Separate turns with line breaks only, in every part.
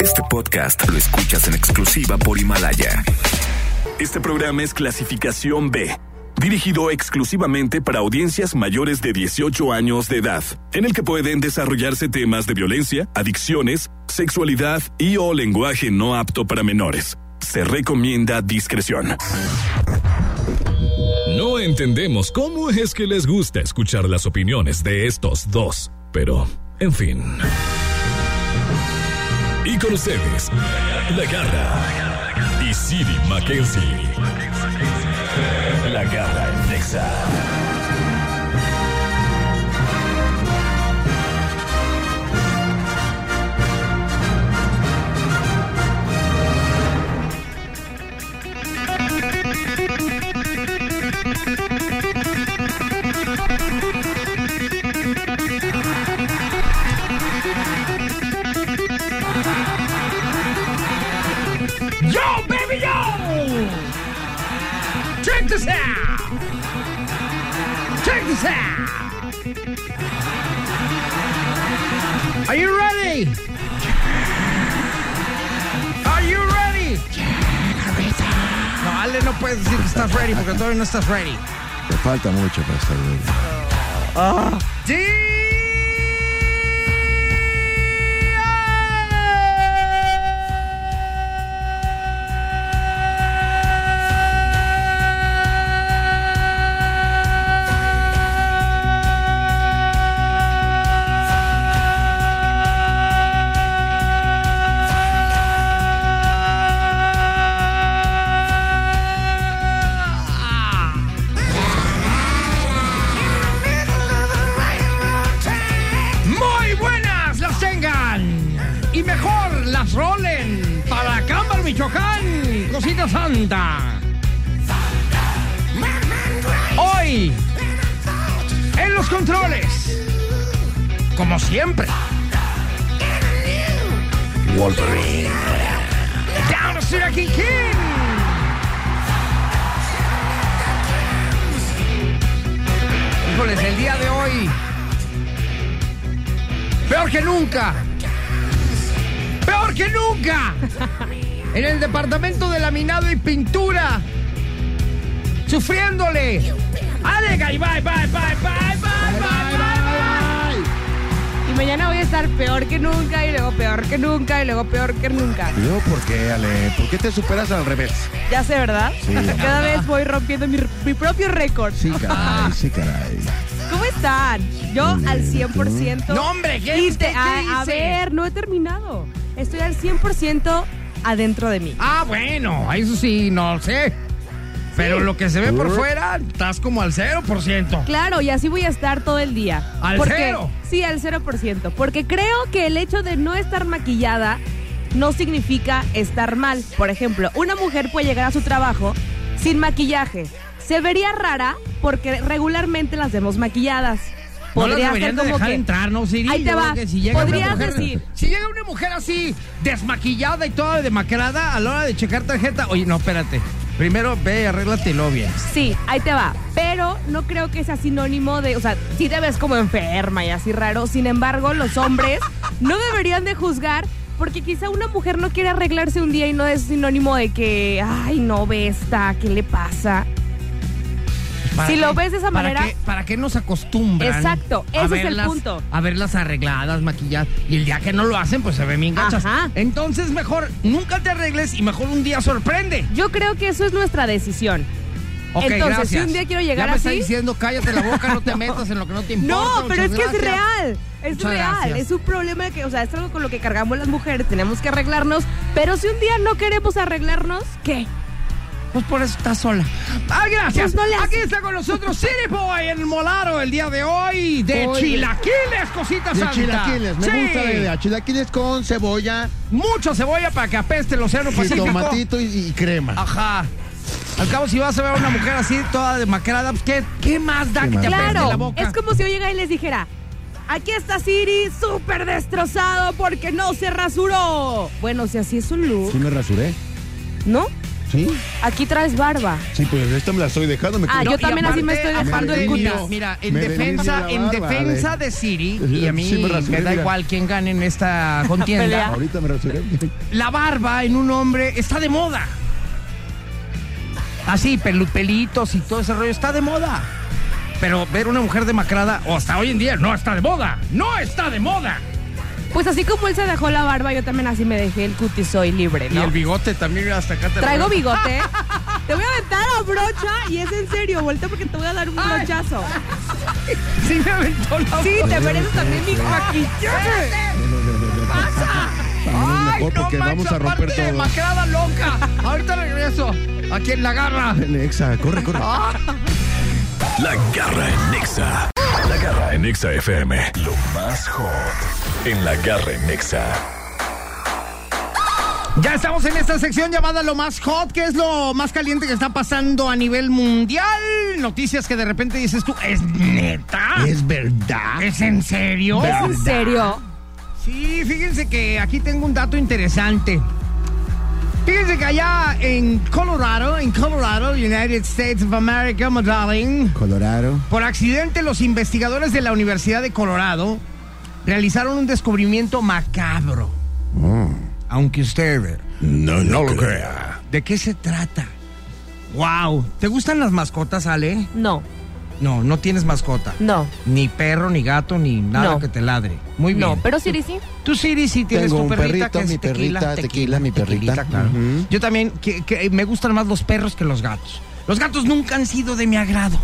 Este podcast lo escuchas en exclusiva por Himalaya. Este programa es clasificación B, dirigido exclusivamente para audiencias mayores de 18 años de edad, en el que pueden desarrollarse temas de violencia, adicciones, sexualidad y o lenguaje no apto para menores. Se recomienda discreción.
No entendemos cómo es que les gusta escuchar las opiniones de estos dos, pero, en fin. Y con ustedes, La Garra y Siri Mackenzie. La Garra en Nexa.
Yo, baby, yo! Check this out! Check this out! Are you ready? Are you ready? No, Ale no puedes decir que estás ready porque todavía no estás ready.
Te falta mucho para estar bien.
Ah, Muy buenas las tengan y mejor las rolen para Cámara Michoacán, cosita santa. Hoy en los controles, como siempre. Wolverine. Down to Syracuse King. Híjoles, el día de hoy peor que nunca. Peor que nunca. En el departamento de laminado y pintura. Sufriéndole. Alega y bye, bye, bye, bye, bye, bye, bye, bye.
Y mañana voy a estar peor que nunca, y luego peor que nunca, y luego peor que nunca.
Yo, ¿por qué, Ale? ¿Por qué te superas al revés?
Ya sé, ¿verdad?
Sí.
Cada vez voy rompiendo mi, mi propio récord.
Sí, caray, sí, caray.
¿Cómo están? Yo
Muy
al
bien,
100%.
No, hombre, ¿qué-
Y te-
qué- qué
a, a
hice?
ver, no he terminado. Estoy al 100% adentro de mí.
Ah, bueno, eso sí, no sé. Pero lo que se ve por fuera, estás como al 0%.
Claro, y así voy a estar todo el día.
¿Al
Porque-
cero?
Sí, al 0%. Porque creo que el hecho de no estar maquillada no significa estar mal. Por ejemplo, una mujer puede llegar a su trabajo sin maquillaje. Se vería rara porque regularmente las vemos maquilladas.
No las
Podría ser
deberían de
como
dejar
que-
entrar, ¿no, Siri?
Ahí te
Yo
va.
creo que Si llega una
Podrías
mujer-
decir-
Si llega una mujer así, desmaquillada y toda demacrada, a la hora de checar tarjeta... Oye, no, espérate. Primero ve y arréglatelo bien.
Sí, ahí te va. Pero no creo que sea sinónimo de, o sea, sí te ves como enferma y así raro. Sin embargo, los hombres no deberían de juzgar porque quizá una mujer no quiere arreglarse un día y no es sinónimo de que, ay, no ve esta, ¿qué le pasa?
¿Para
Si lo ves de esa
¿Para
manera-
Qué, ¿Para qué nos acostumbran?
Exacto, ese
a
es el
verlas-
punto.
A verlas arregladas, maquilladas. Y el día que no lo hacen, pues se ven bien gachas.
Ajá.
Entonces, mejor nunca te arregles y mejor un día sorprende.
Yo creo que eso es nuestra decisión.
Ok,
Entonces,
gracias.
si un día quiero llegar
ya me está
así-
diciendo, cállate la boca, no te metas en lo que no te importa.
No, pero es
muchas
que es
gracias.
real. Es
Muchas
real.
gracias.
Es un problema que, o sea, es algo con lo que cargamos las mujeres. Tenemos que arreglarnos. Pero si un día no queremos arreglarnos, ¿qué?
Pues por eso estás sola. Ah, gracias.
Pues no le hace.
Aquí está con nosotros City Boy en el Molaro el día de hoy. De
Oye.
chilaquiles, cositas
De chilaquiles, me
Sí.
gusta la idea. Chilaquiles con cebolla,
Mucha cebolla para que apeste el océano Pacífico.
jitomatito y, y crema.
Ajá. Al cabo, si vas a ver a una mujer así, toda demacrada, pues, ¿qué, qué más da
¿Qué
que
más
te
da?
apeste
Claro,
la boca?
es como si yo llegara y les dijera, aquí está Siri súper destrozado porque no se rasuró. Bueno, si así es un look,
Sí me rasuré.
¿no?
Sí,
Aquí traes barba.
sí, pero esta me la estoy dejando. Me
Ah,
quedé-
yo también así me estoy dejando el cutis.
mira, mira, en
Me
defensa,
delicia la
en
barba,
defensa
a ver.
de Siri, y a mí
Sí, me rasuré,
me da
mira.
igual quién gane en esta
Pelea.
contienda,
Ahorita me rasuré.
la barba en un hombre está de moda. Así, pelu- pelitos y todo ese rollo está de moda. Pero ver una mujer demacrada, o hasta hoy en día, no está de moda. ¡No está de moda!
Pues así como él se dejó la barba, yo también así me dejé el cutis soy libre, ¿no?
bigote también hasta acá te
Traigo bigote. Te voy a aventar a brocha y es en serio, voltea porque te voy a dar un brochazo.
Sí me aventó la
Sí, te mereces también mi maquillaje.
Ay, mejor porque vamos a romper
aparte de
todo.
macrada loca. Ahorita regreso. ¿A quién la agarra?
Alexa, corre, corre.
Ah.
La garra en Nexa. La garra en Nexa FM. Lo más hot en la garra en Nexa.
Ya estamos en esta sección llamada Lo más hot, que es lo más caliente que está pasando a nivel mundial. Noticias que de repente dices tú, ¿es neta? ¿Es,
Es verdad.
en serio?
Es en serio.
Sí, fíjense que aquí tengo un dato interesante. Fíjense que allá en Colorado, en Colorado, United States of America, my darling,
Colorado.
Por accidente, los investigadores de la Universidad de Colorado realizaron un descubrimiento macabro.
Mm.
Aunque usted
No, no lo
¿De qué se trata? ¡Wow! ¿Te gustan las mascotas, Ale?
No,
No, no tienes mascota.
no,
Ni perro, ni gato, ni nada
No.
que te ladre. Muy bien.
no. Pero Siri sí.
Tú, Siri, sí tienes
Tengo
tu
un
perrita
perrito,
que es
mi
tequila,
perrita, tequila, mi perrita.
tequilita, claro.
Ujú.
Yo también que- que me gustan más los perros que los gatos. Los gatos nunca han sido de mi agrado.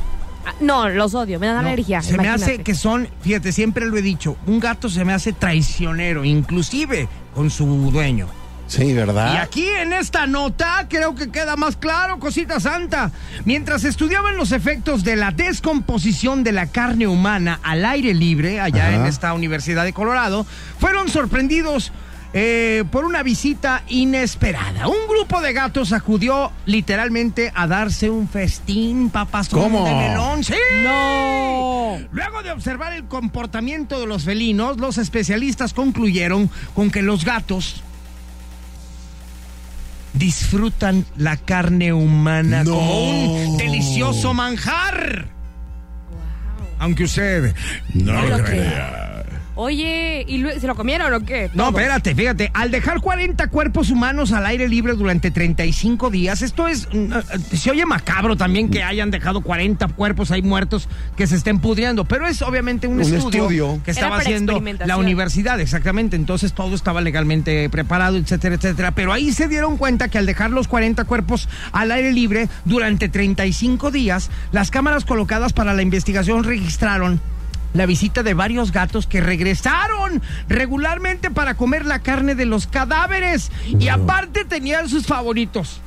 Ah, No, los odio, me dan
No,
alergia.
Se me hace
imagínate.
que son, fíjate, siempre lo he dicho, un gato se me hace traicionero, inclusive con su dueño.
Sí,
Y
¿verdad?
aquí en esta nota creo que queda más claro, cosita santa. Mientras estudiaban los efectos de la descomposición de la carne humana al aire libre, allá
Ajá.
en esta Universidad de Colorado, fueron sorprendidos eh, por una visita inesperada. Un grupo de gatos acudió literalmente a darse un festín, papas con
¿Cómo?
de melón. ¡Sí!
No.
Luego de observar el comportamiento de los felinos, los especialistas concluyeron con que los gatos disfrutan la carne humana
No.
como un delicioso manjar. Aunque usted no
lo
lo
crea.
crea.
Oye, ¿y lue- se lo comieron o qué?
No,
Todo.
espérate, fíjate, al dejar 40 cuerpos humanos al aire libre durante 35 días, esto es, mm, eh, se oye macabro también que hayan dejado 40 cuerpos ahí muertos que se estén pudriendo, pero es obviamente un,
Un estudio.
que estaba
para
haciendo la
experimentación.
universidad, exactamente, entonces todo estaba legalmente preparado, etcétera, etcétera, pero ahí se dieron cuenta que al dejar los 40 cuerpos al aire libre durante 35 días, las cámaras colocadas para la investigación registraron la visita de varios gatos que regresaron regularmente para comer la carne de los cadáveres y aparte tenían sus favoritos.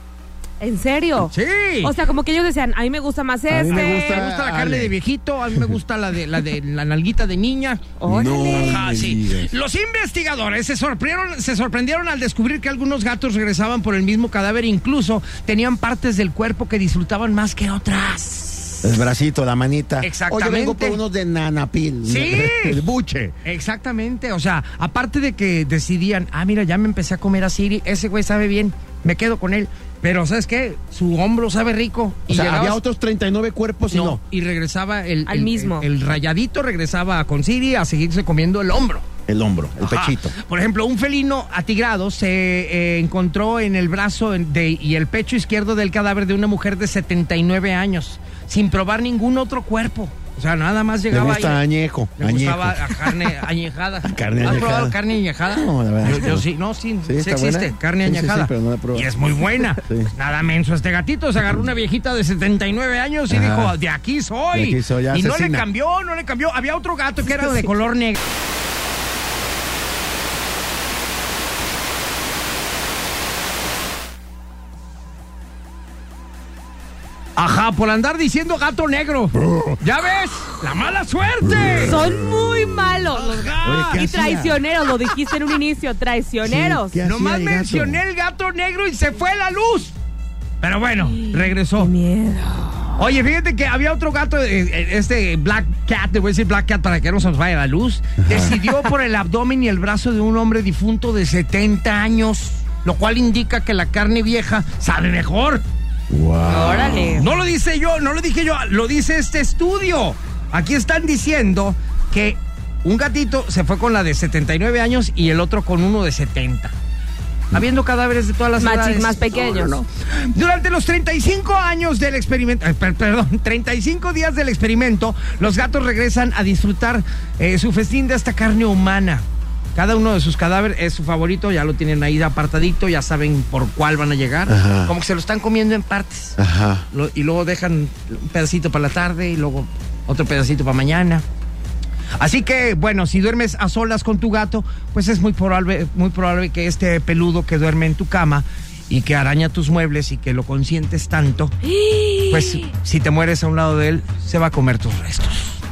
¿En serio?
Sí.
O sea, como que ellos decían, a mí me gusta más este.
mí me
me
gusta-
gusta la carne
Ale.
de viejito, a mí me gusta la de la de la nalguita de niña.
Órale.
No.
Ajá,
me
sí.
digas.
Los investigadores se sorprendieron, se sorprendieron al descubrir que algunos gatos regresaban por el mismo cadáver, incluso tenían partes del cuerpo que disfrutaban más que otras.
El bracito, la manita.
Exactamente.
Oye, vengo por unos de nanapil.
Sí.
El buche.
Exactamente, o sea, aparte de que decidían, ah, mira, ya me empecé a comer a Siri, ese güey sabe bien, me quedo con él, pero ¿sabes qué? Su hombro sabe rico.
O sea,
llegabas-
había otros 39 cuerpos y
No,
no.
y regresaba el,
Al
el-
mismo.
El, el rayadito regresaba con Siri a seguirse comiendo el hombro.
El hombro, el
Ajá.
pechito.
Por ejemplo, un felino atigrado se eh, encontró en el brazo en- de- y el pecho izquierdo del cadáver de una mujer de 79 años, sin probar ningún otro cuerpo. O sea, nada más
Me
llegaba
gusta
ahí.
añejo.
Le
añejo.
gustaba la carne añejada.
Carne
¿Has
añejada.
probado carne añejada?
No, la verdad
Yo,
es que
yo
no.
sí, no, sí,
Sí,
sí
está
existe,
buena.
carne
Sí, sí, sí,
añejada.
pero no la he probado.
y es muy buena.
Sí.
Pues nada menso este gatito, se agarró una viejita de 79 años y
Ajá.
dijo, "De aquí soy."
De aquí soy,
y no le
asesina.
cambió, no le cambió. Había otro gato que era de color negro. Ajá, por andar diciendo gato negro. ¿Ya ves? ¡La mala suerte!
Son muy malos los gatos.
Ajá.
Oye, ¿qué
Y
hacía?
traicioneros, lo dijiste en un inicio, traicioneros.
Sí, ¿qué hacía
Nomás
el gato?
mencioné el gato negro y se fue la luz. Pero bueno, regresó.
Miedo.
Oye, fíjate que había otro gato, eh, eh, este Black Cat, le voy a decir Black Cat para que no se nos vaya la luz. Decidió por el abdomen y el brazo de un hombre difunto de 70 años. lo cual indica que la carne vieja sabe mejor.
Órale.
No lo dice yo, no lo dije yo, lo dice este estudio. Aquí están diciendo que un gatito se fue con la de 79 años y el otro con uno de 70. Habiendo cadáveres de todas las
Más chi-
edades.
más pequeños.
No, no, no. Durante los 35 años del experimento, eh, per- perdón, 35 días del experimento, los gatos regresan a disfrutar eh, su festín de esta carne humana. Cada uno de sus cadáveres es su favorito, ya lo tienen ahí apartadito, ya saben por cuál van a llegar.
Ajá.
Como que se lo están comiendo en partes.
Ajá.
Lo- y luego dejan un pedacito para la tarde y luego otro pedacito para mañana. Así que, bueno, si duermes a solas con tu gato, pues es muy probable, muy probable que este peludo que duerme en tu cama y que araña tus muebles y que lo consientes tanto, pues si te mueres a un lado de él, se va a comer tus restos.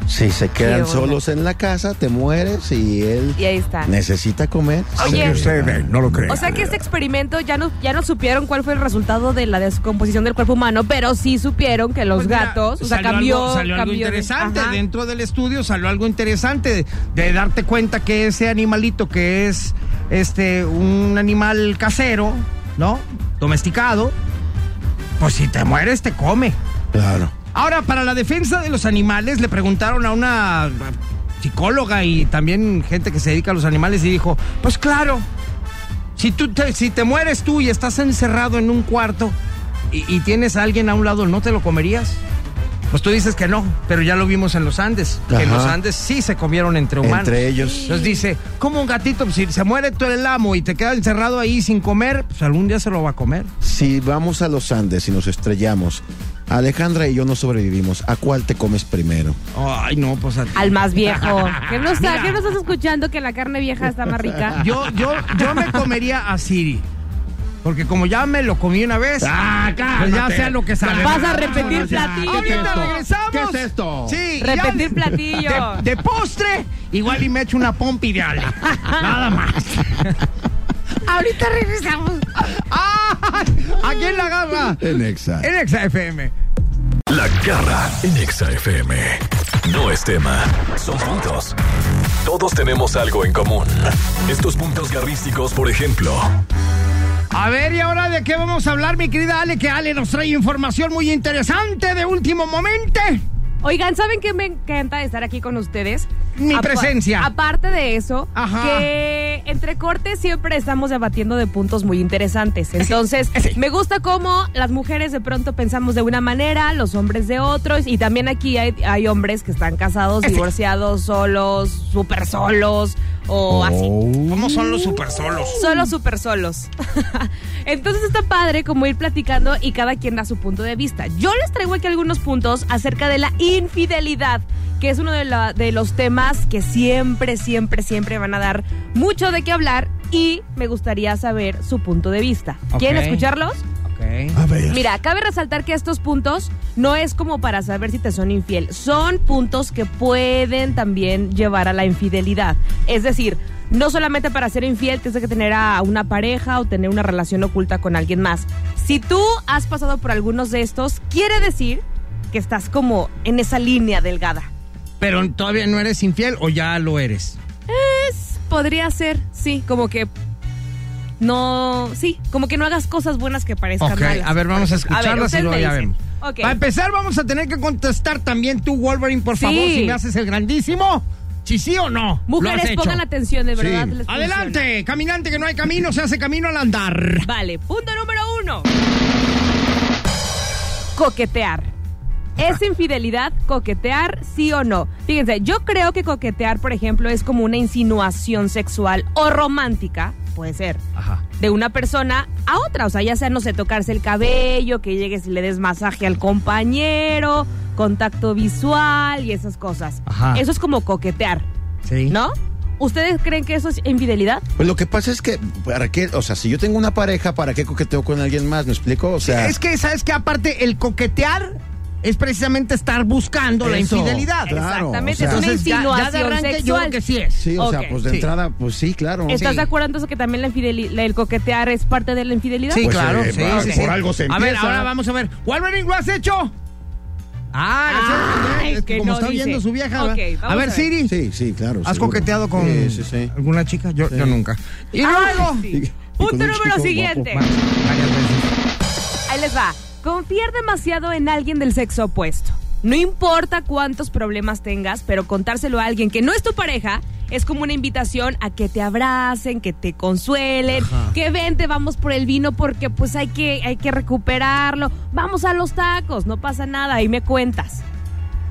Si se quedan
onda.
solos en la casa, te mueres y él
Y ahí está.
necesita comer.
Oye.
Sí, usted,
no lo creo.
O sea que este experimento ya no, ya no supieron cuál fue el resultado de la descomposición del cuerpo humano, pero sí supieron que los
Pues mira,
gatos, o sea,
salió
cambió.
algo, salió algo
cambió de-
interesante.
Ajá.
Dentro del estudio salió algo interesante de, de darte cuenta que ese animalito que es este un animal casero, ¿no? Domesticado, pues si te mueres te come.
Claro.
Ahora, para la defensa de los animales, le preguntaron a una eh, psicóloga y también gente que se dedica a los animales y dijo, pues claro, si, tú te, si te mueres tú y estás encerrado en un cuarto y, y tienes a alguien a un lado, ¿no te lo comerías? Pues tú dices que no, pero ya lo vimos en los Andes, que en
Ajá.
los Andes sí se comieron entre humanos.
Entre ellos.
Entonces dice, como un gatito, Pues, si se muere tú el amo y te queda encerrado ahí sin comer, pues algún día se lo va a comer.
Si vamos a los Andes y nos estrellamos, Alejandra y yo no sobrevivimos. ¿A cuál te comes primero?
Ay, no, pues a ti.
Al más viejo. ¿Qué no, está-
Mira.
qué no estás escuchando que la carne vieja está más rica?
Yo, yo, yo me comería a Siri. Porque como ya me lo comí una vez, pues ya sea lo que sabe.
Vas a repetir
platillo.
Ahorita
esto?
regresamos.
Ah, ¿Qué es esto?
Sí, y ya
Repetir platillo.
de, de postre, igual y me echo una pompi de ala. Nada más.
Ahorita regresamos.
¡Ay! ¿A quién la agarra?
En Exa.
En Exa FM.
La garra en Exa FM. No es tema, son puntos. Todos tenemos algo en común. Estos puntos garrísticos, por ejemplo.
A ver, ¿y ahora de qué vamos a hablar, mi querida Ale? Que Ale nos trae información muy interesante de último momento.
Oigan, ¿saben qué me encanta de estar aquí con ustedes?
Mi
Apa-
presencia.
Aparte de eso,
Ajá.
que entre cortes siempre estamos debatiendo de puntos muy interesantes. Entonces, me gusta cómo las mujeres de pronto pensamos de una manera, los hombres de otros, y también aquí hay, hay hombres que están casados, divorciados, solos, súper solos o así.
Uh.
¿Cómo son los super solos?
Solo súper solos. Entonces está padre como ir platicando y cada quien da su punto de vista. Yo les traigo aquí algunos puntos acerca de la infidelidad, que es uno de, la- de los temas que siempre, siempre, siempre van a dar mucho de qué hablar y me gustaría saber su punto de vista. ¿Quieren
Ok.
escucharlos?
Ok.
A ver.
Mira, cabe resaltar que estos puntos no es como para saber si te son infiel, son puntos que pueden también llevar a la infidelidad. Es decir, no solamente para ser infiel tienes que tener a una pareja o tener una relación oculta con alguien más. Si tú has pasado por algunos de estos, quiere decir que estás como en esa línea delgada.
Pero todavía no eres infiel o ya lo eres.
Podría ser, sí, como que no, sí, como que no hagas cosas buenas que parezcan
Ok,
malas.
a ver, vamos a escucharlas y
ustedes
luego
me
ya
dicen.
vemos.
Ok.
Para empezar, vamos a tener que contestar también tú, Wolverine, por favor,
Sí.
si me haces el grandísimo. Si sí o no. lo has
Mujeres,
hecho.
pongan atención, de verdad.
Sí.
les funciona.
Adelante, caminante que no hay camino, se hace camino al andar.
Vale, punto número uno. Coquetear. ¿Es infidelidad coquetear, sí o no? Fíjense, yo creo que coquetear, por ejemplo, es como una insinuación sexual o romántica, puede ser,
Ajá.
de una persona a otra. O sea, ya sea, no sé, tocarse el cabello, que llegues y le des masaje al compañero, contacto visual y esas cosas.
Ajá.
Eso es como coquetear,
Sí.
¿no? ¿Ustedes creen que eso es infidelidad?
Pues lo que pasa es que, ¿para qué? O sea, si yo tengo una pareja, ¿para qué coqueteo con alguien más? ¿Me explico? O sea,
Es que, ¿sabes que Aparte, el coquetear es precisamente estar buscando la
Eso,
infidelidad.
Claro,
Exactamente,
o sea,
es una
Entonces, ya- ya, de
insinuación
arranque, yo
sexual.
creo que sí es.
sí, o
Ok,
sea, pues de
sí.
entrada, pues sí, claro.
¿Estás
Sí.
de acuerdo entonces que también la infideli- el coquetear es parte de la infidelidad?
Sí,
Pues,
claro,
eh,
sí,
va,
sí,
por
sí.
algo se
A ver,
empieza.
ahora vamos a ver. Wolverine, ¿lo has hecho? Ah,
Ay,
es, es
que
como
no
está
dice.
viendo su vieja.
Ok,
¿verdad?
vamos
a ver,
a ver.
Siri,
Sí, sí, claro.
¿has
seguro.
coqueteado con
Sí, sí, sí.
alguna chica? Yo, yo nunca. Y luego,
Sí.
con
Ah, Punto
un
número
chico
siguiente.
Va- varias veces.
Ahí les va. Confiar demasiado en alguien del sexo opuesto. No importa cuántos problemas tengas, pero contárselo a alguien que no es tu pareja es como una invitación a que te abracen, que te consuelen, que vente, vamos por el vino porque pues hay que, hay que recuperarlo. Vamos a los tacos, no pasa nada, ahí me cuentas.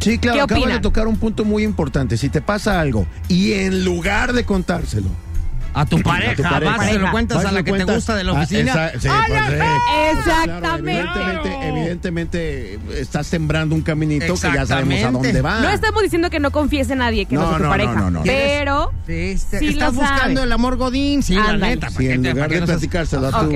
Sí, claro,
¿Qué
acabas de
opinan?
tocar un punto muy importante. Si te pasa algo y en lugar de contárselo,
A tu pareja,
pareja.
vas, se lo
Pareja.
cuentas
vas
a
y
la
le
que te
cuentas-
gusta de la
Ah,
oficina.
esa- sí, pues, sí. Claro,
Exactamente.
evidentemente, evidentemente eh, estás sembrando un caminito que ya sabemos a dónde va.
Ah.
No estamos diciendo que no confíes en nadie que no,
No,
sea tu
no,
pareja,
no, no, no.
pero
Sí, este,
Sí lo
estás buscando
sabe.
el amor godín, sí, la
Ándale.
neta. ¿para
Si
qué
en
te- para
lugar
qué
de
no seas-
platicárselo a tu...
Ok.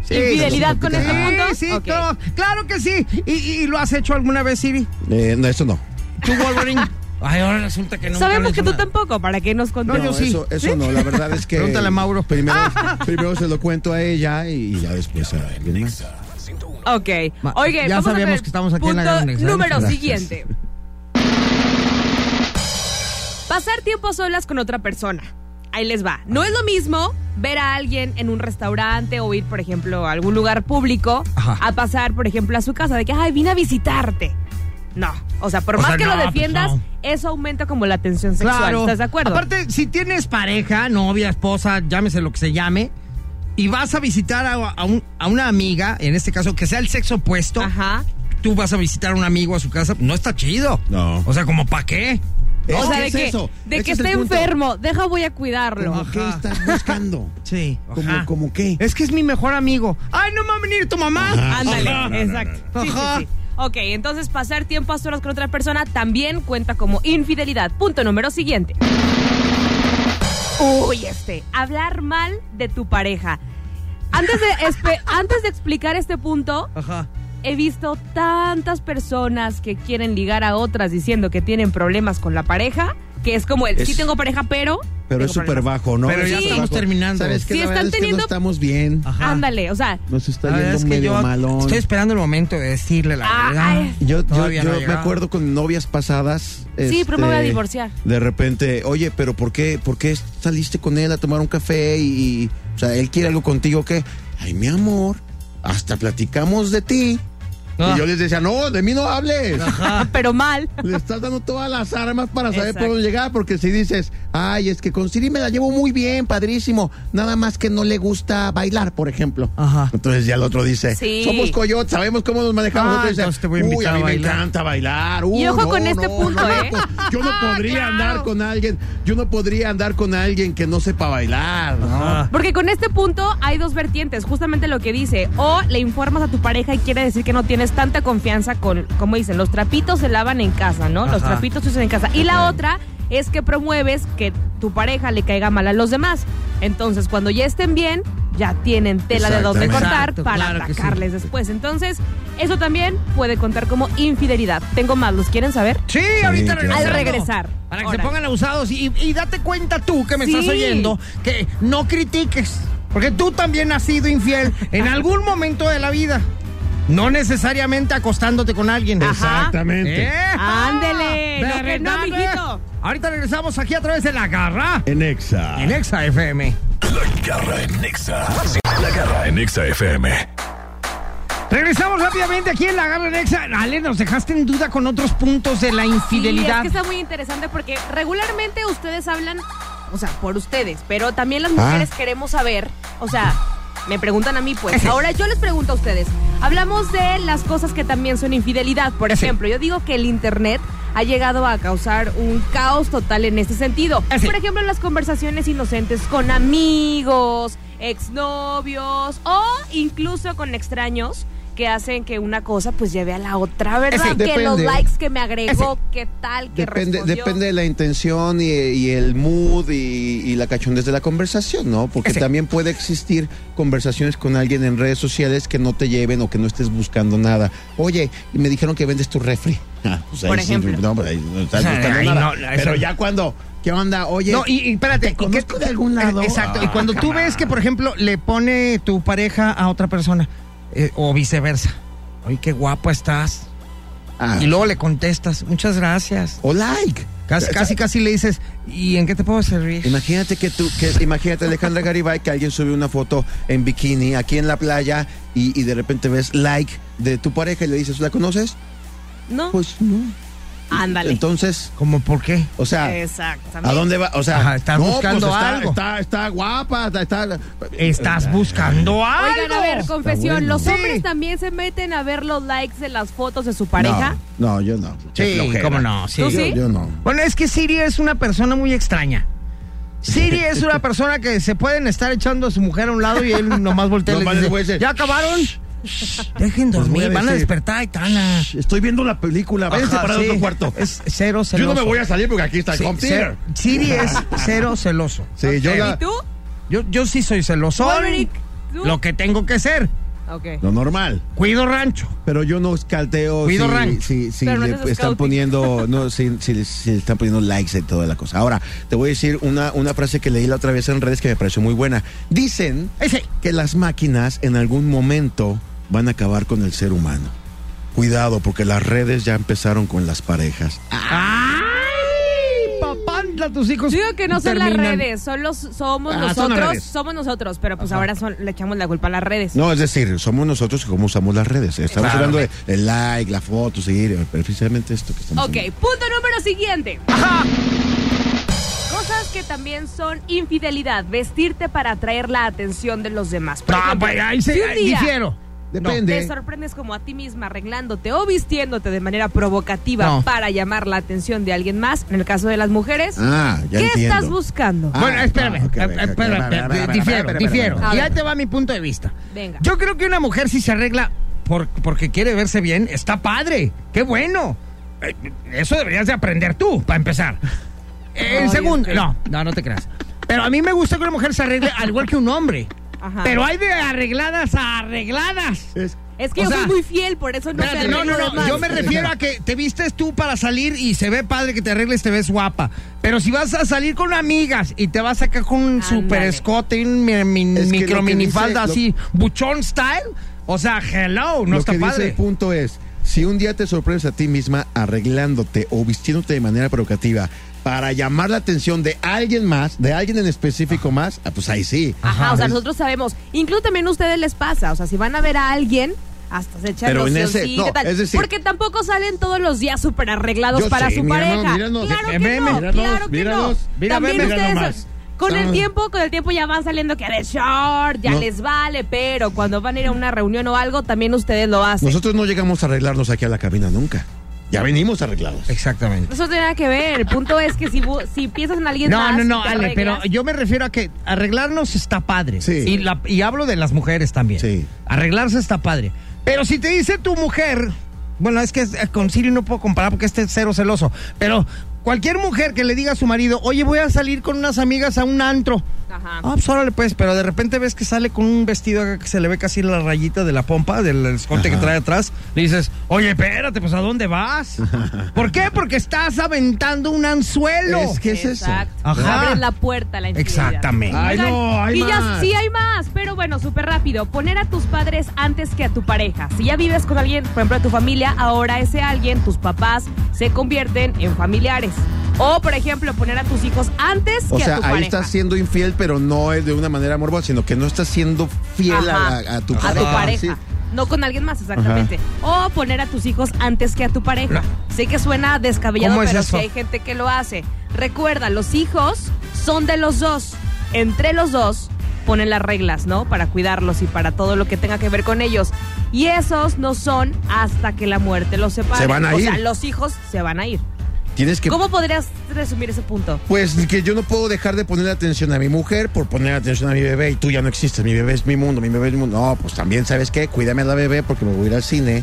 Infidelidad con este
Ah,
mundo.
Sí, sí,
Ok.
todo. claro que sí. ¿Y, y- y lo has hecho alguna vez, Siri?
Eh, no, eso no.
¿Tú, Wolverine? Ay, ahora resulta que no.
Sabemos que tú tampoco, para que nos contes.
No, yo sí.
Eso, eso no, la verdad es que...
Pregúntale a Mauro.
Primero, primero se lo cuento a ella y ya después eh, a alguien más.
Ok.
Ma-
Oigan,
ya
vamos a
sabíamos
ver
que estamos aquí en la
punto
Gran Exa.
número
Gracias.
siguiente. Pasar tiempo a solas con otra persona. Ahí les va. No es lo mismo ver a alguien en un restaurante o ir, por ejemplo, a algún lugar público
Ajá.
a pasar, por ejemplo, a su casa de que, ay, vine a visitarte. No, o sea, por
O
más
sea,
que
no,
lo
pues
defiendas,
no.
eso aumenta como la tensión sexual. ¿Estás de acuerdo?
Aparte, si tienes pareja, novia, esposa, llámese lo que se llame, y vas a visitar a, a un- a una amiga, en este caso, que sea el sexo opuesto,
Ajá.
tú vas a visitar a un amigo a su casa, no está chido.
No.
O sea, ¿como para qué?
O
Es
sea,
que
de
es
que,
eso,
de
ese
que
es el
esté
punto.
enfermo, deja voy a cuidarlo.
¿Cómo qué estás buscando?
Sí.
¿Cómo, ¿Cómo qué?
Es que es mi mejor amigo. ¡Ay, no va a venir tu mamá!
Ándale,
Ajá.
exacto. Sí, sí,
Ajá.
sí. Ok, entonces pasar tiempo a solas con otra persona también cuenta como infidelidad. Punto número siguiente. Uy, este, hablar mal de tu pareja. Antes de, espe- antes de explicar este punto,
Ajá.
he visto tantas personas que quieren ligar a otras diciendo que tienen problemas con la pareja, que es como el,
Es-
sí tengo pareja, pero...
Pero es
tengo
súper
problemas".
bajo, ¿no?
Pero
ya
Es
estamos
bajo.
terminando.
¿Sabes qué?
Si
La
están
verdad es que
teniendo-
no estamos bien.
Ajá.
Ándale, o sea,
Nos está
La verdad
yendo
es que
medio
yo
malón.
estoy esperando el momento de decirle la
Ah,
verdad.
ay.
Yo, yo,
Todavía no
yo
ha
me
llegado.
acuerdo con novias pasadas. este,
Sí, pero me voy a divorciar.
De repente, oye, pero ¿por qué, por qué saliste con él a tomar un café y, o sea, él quiere algo contigo que, ay, mi amor, hasta platicamos de ti.
Ah.
Y yo les decía, no, de mí no hables.
pero mal.
Le estás dando todas las armas para saber
Exacto.
por dónde llegar, porque si dices, ay, es que con Siri me la llevo muy bien, padrísimo, nada más que no le gusta bailar, por ejemplo.
Ajá.
Entonces ya el otro dice,
Sí.
somos coyotes, sabemos cómo nos manejamos.
Ah,
Otro dice,
entonces te voy a invitar
uy, a
a
mí me
bailar".
encanta bailar. uy,
Y ojo con
no,
este
no,
punto,
no,
¿eh?
pues, yo no
Ah,
podría
claro.
andar con alguien, yo no podría andar con alguien que no sepa bailar, ¿no?
Ah.
Porque con este punto hay dos vertientes, justamente lo que dice, o le informas a tu pareja y quiere decir que no tienes tanta confianza con, como dicen, los trapitos se lavan en casa, ¿no? Los
Ajá.
trapitos se usan en casa. Y la otra es que promueves que tu pareja le caiga mal a los demás. Entonces, cuando ya estén bien, ya tienen tela de dónde
Exactamente.
cortar
Exacto,
para
claro que sí.
atacarles después. Entonces, eso también puede contar como infidelidad. Tengo más, ¿los quieren saber?
Sí, ahorita
claro.
regresando.
Al regresar.
Para que
Órale.
se pongan abusados y, y date cuenta tú que me
Sí.
estás oyendo que no critiques. Porque tú también has sido infiel en algún momento de la vida. No necesariamente acostándote con alguien. ¿Eh?
Ajá.
Exactamente.
Ándele,
De
no que no,
verdad, ¿eh?
mijito.
Ahorita regresamos aquí a través de La Garra
En Exa.
en Exa FM.
Garra en Nexa. La garra en Nexa FM.
Regresamos rápidamente aquí en La Garra en Exa. Ale, nos dejaste en duda con otros puntos de la
Sí, es
infidelidad.
que está muy interesante porque regularmente ustedes hablan, o sea, por ustedes, pero también las mujeres queremos saber, o sea, me preguntan a mí, pues. Ahora yo les pregunto a ustedes. Hablamos de las cosas que también son infidelidad. Por
Ese.
ejemplo, yo digo que el Internet ha llegado a causar un caos total en este sentido.
Ese.
Por ejemplo, las conversaciones inocentes con amigos, exnovios o incluso con extraños que hacen que una cosa pues lleve a la otra, ¿verdad?
Ese.
que los
Depende.
likes que me agregó, qué tal, qué
Depende,
respondió.
depende de la intención y, y el mood y, y la cachondez de la conversación, ¿no? Porque
Ese.
también puede existir conversaciones con alguien en redes sociales que no te lleven o que no estés buscando nada. Oye, y me dijeron que vendes tu refri. Ah, pues ahí
Por
sí,
ejemplo.
no, pues ahí no estás
O sea,
buscando
ahí
nada.
no,
Pero
eso-
ya cuando, ¿qué onda? Oye,
No, y, y espérate,
¿te
¿y qué-
conozco de algún lado?
Exacto, y
Ah,
cuando tú
caray.
ves que, por ejemplo, le pone tu pareja a otra persona, eh, o viceversa, oye, qué guapa estás,
Ah,
y luego le contestas, muchas gracias.
o like.
Casi, casi, casi le dices, ¿y en qué te puedo servir?
Imagínate que tú, que, imagínate Alejandra Garibay que alguien sube una foto en bikini aquí en la playa y, y de repente ves like de tu pareja y le dices, ¿la conoces?
¿No?
Pues no.
Ándale.
Entonces, ah,
¿Cómo por qué?
o sea,
Exactamente.
¿a dónde va? O sea, pues
Ajá, estás buscando
está,
algo.
Está, está guapa, está, está-
Estás buscando algo.
Oigan, a ver, confesión,
bueno.
¿los
Sí.
hombres también se meten a ver los likes de las fotos de su pareja?
No, no, yo no. Qué
Sí,
flojera.
cómo no, sí.
¿Tú
Yo,
sí?
yo no.
Bueno, es que Siri es una persona muy extraña. Siri es una persona que se pueden estar echando a su mujer a un lado y él nomás voltea y
Nomás
le
le voy a
dice,
decir,
¿ya acaban? Dejen
Les voy a
dormir, van a
decir.
despertar y tana.
Estoy viendo la película, váyanse
Ajá,
para
sí.
otro cuarto.
Es cero celoso.
yo no me voy a salir porque aquí está el
Sí,
home
cero-
theater.
Siri es cero celoso.
Sí, yo la-
¿Y tú?
Yo, yo sí soy celoso.
Maverick, ¿tú?
Lo que tengo que ser.
Ok.
lo normal.
Cuido rancho.
Pero yo no escalteo
Cuido
si,
rank.
si, si
Pero no
le
haces
están
scouting.
poniendo no, si, si- si le están poniendo likes y toda la cosa. Ahora, te voy a decir una, una frase que leí la otra vez en redes que me pareció muy buena. Dicen
Ese.
que las máquinas en algún momento van a acabar con el ser humano. Cuidado, porque las redes ya empezaron con las parejas.
¡Ay! Papanda, tus hijos.
Yo digo que no son las
terminan.
redes, son los, somos
Ah, son las
nosotros,
redes.
somos nosotros, pero pues ahora son- le echamos la culpa a las redes.
No, es decir, somos nosotros cómo usamos las redes. Estamos
Claro.
hablando de el like, la foto, seguir, precisamente esto que estamos
Ok,
hablando.
punto número siguiente. Cosas que también son infidelidad, vestirte para atraer la atención de los demás. Por
No,
ejemplo,
pues ahí se
si un día
difiero.
Depende.
Te sorprendes como a ti misma arreglándote o vistiéndote de manera provocativa
No.
para llamar la atención de alguien más. En el caso de las mujeres,
Ah, ya
¿qué
entiendo.
estás buscando?
Ah,
bueno, espérame,
no, ok,
eh,
ok, ok,
espérame,
espérame,
eh,
espérame,
difiero,
espérame,
difiero.
espérame.
Y
A
ahí
ver.
te va mi punto de vista.
Venga.
Yo creo que una mujer si se arregla por- porque quiere verse bien, está padre, qué bueno. Eh, Eso deberías de aprender tú, para empezar. En
Ay,
segundo,
ok.
no, no, no te creas. Pero a mí me gusta que una mujer se arregle al igual que un hombre.
Ajá.
Pero hay de arregladas a arregladas.
Es-
Es que
O
yo
sea,
soy muy fiel, por eso no
Espérate,
te
no, no,
arreglo
no.
más.
Yo me refiero a que te vistes tú para salir y se ve padre que te arregles, te ves guapa. Pero si vas a salir con amigas y te vas acá con un
Ándale.
super escote y un mi- mi-
Es que
micro
lo que
minifalda
dice-
así, buchón style, o sea, hello, no
Lo
está
que dice
padre.
el punto es, si un día te sorprendes a ti misma arreglándote o vistiéndote de manera provocativa para llamar la atención de alguien más, de alguien en específico más, ah, pues ahí sí.
Ajá, o sea, nosotros sabemos. Incluso también a ustedes les pasa. O sea, si van a ver a alguien, hasta se echan
Pero en
loción,
ese-
sí,
no,
¿qué tal?
es decir-
porque tampoco salen todos los días súper arreglados
Yo
para
sé,
su
míranos,
pareja.
míranos.
claro que
Veme,
no,
míranos,
claro que
míranos.
no.
Mira,
también
veme.
ustedes
Mira
son-
nomás.
con el
Ah.
tiempo, con el tiempo ya van saliendo que de short, ya
No.
les vale, pero cuando van a ir a una reunión o algo, también ustedes lo hacen.
Nosotros no llegamos a arreglarnos aquí a la cabina nunca. Ya venimos arreglados.
Exactamente.
Eso no tiene nada que ver. El punto es que si, bu- si piensas en alguien
No,
más,
no, no,
te
Ale,
arreglas.
pero yo me refiero a que arreglarnos está padre.
Sí.
Y, la- y hablo de las mujeres también.
Sí.
Arreglarse está padre. Pero si te dice tu mujer, bueno, es que eh, con Siri no puedo comparar porque este es cero celoso, pero cualquier mujer que le diga a su marido, oye, voy a salir con unas amigas a un antro.
Ajá.
Ah, pues órale pues, pero de repente ves que sale con un vestido acá que se le ve casi la rayita de la pompa, del escote que trae atrás. Le dices, oye, espérate, pues ¿a dónde vas? ¿Por qué? Porque estás aventando un anzuelo.
Es que es eso.
Exacto.
Ajá.
Abres la puerta a la infidelidad.
Exactamente.
Ay,
Oigan,
no, hay
y ya-
más.
sí, hay más. Pero bueno, súper rápido. Poner a tus padres antes que a tu pareja. Si ya vives con alguien, por ejemplo, de tu familia, ahora ese alguien, tus papás, se convierten en familiares. O, por ejemplo, poner a tus hijos antes
O
que
sea,
a tu
ahí
pareja.
estás siendo infiel, pero no es de una manera morbosa, sino que no estás siendo fiel a,
Ajá.
a tu
A
pareja.
pareja.
Sí.
No con alguien más, exactamente. O poner a tus hijos antes que a tu pareja. Sé que suena descabellado,
¿Cómo es
pero
eso?
sí hay gente que lo hace. Recuerda, los hijos son de los dos. Entre los dos ponen las reglas, ¿no? Para cuidarlos y para todo lo que tenga que ver con ellos. Y esos no son hasta que la muerte los separe.
Se van a
o
ir.
sea, los hijos se van a ir.
Tienes que
¿Cómo podrías resumir ese punto?
Pues que yo no puedo dejar de poner atención a mi mujer por poner atención a mi bebé y tú ya no existes, mi bebé es mi mundo, mi bebé es mi mundo. No, pues también, ¿sabes qué? Cuídame a la bebé porque me voy a ir al cine,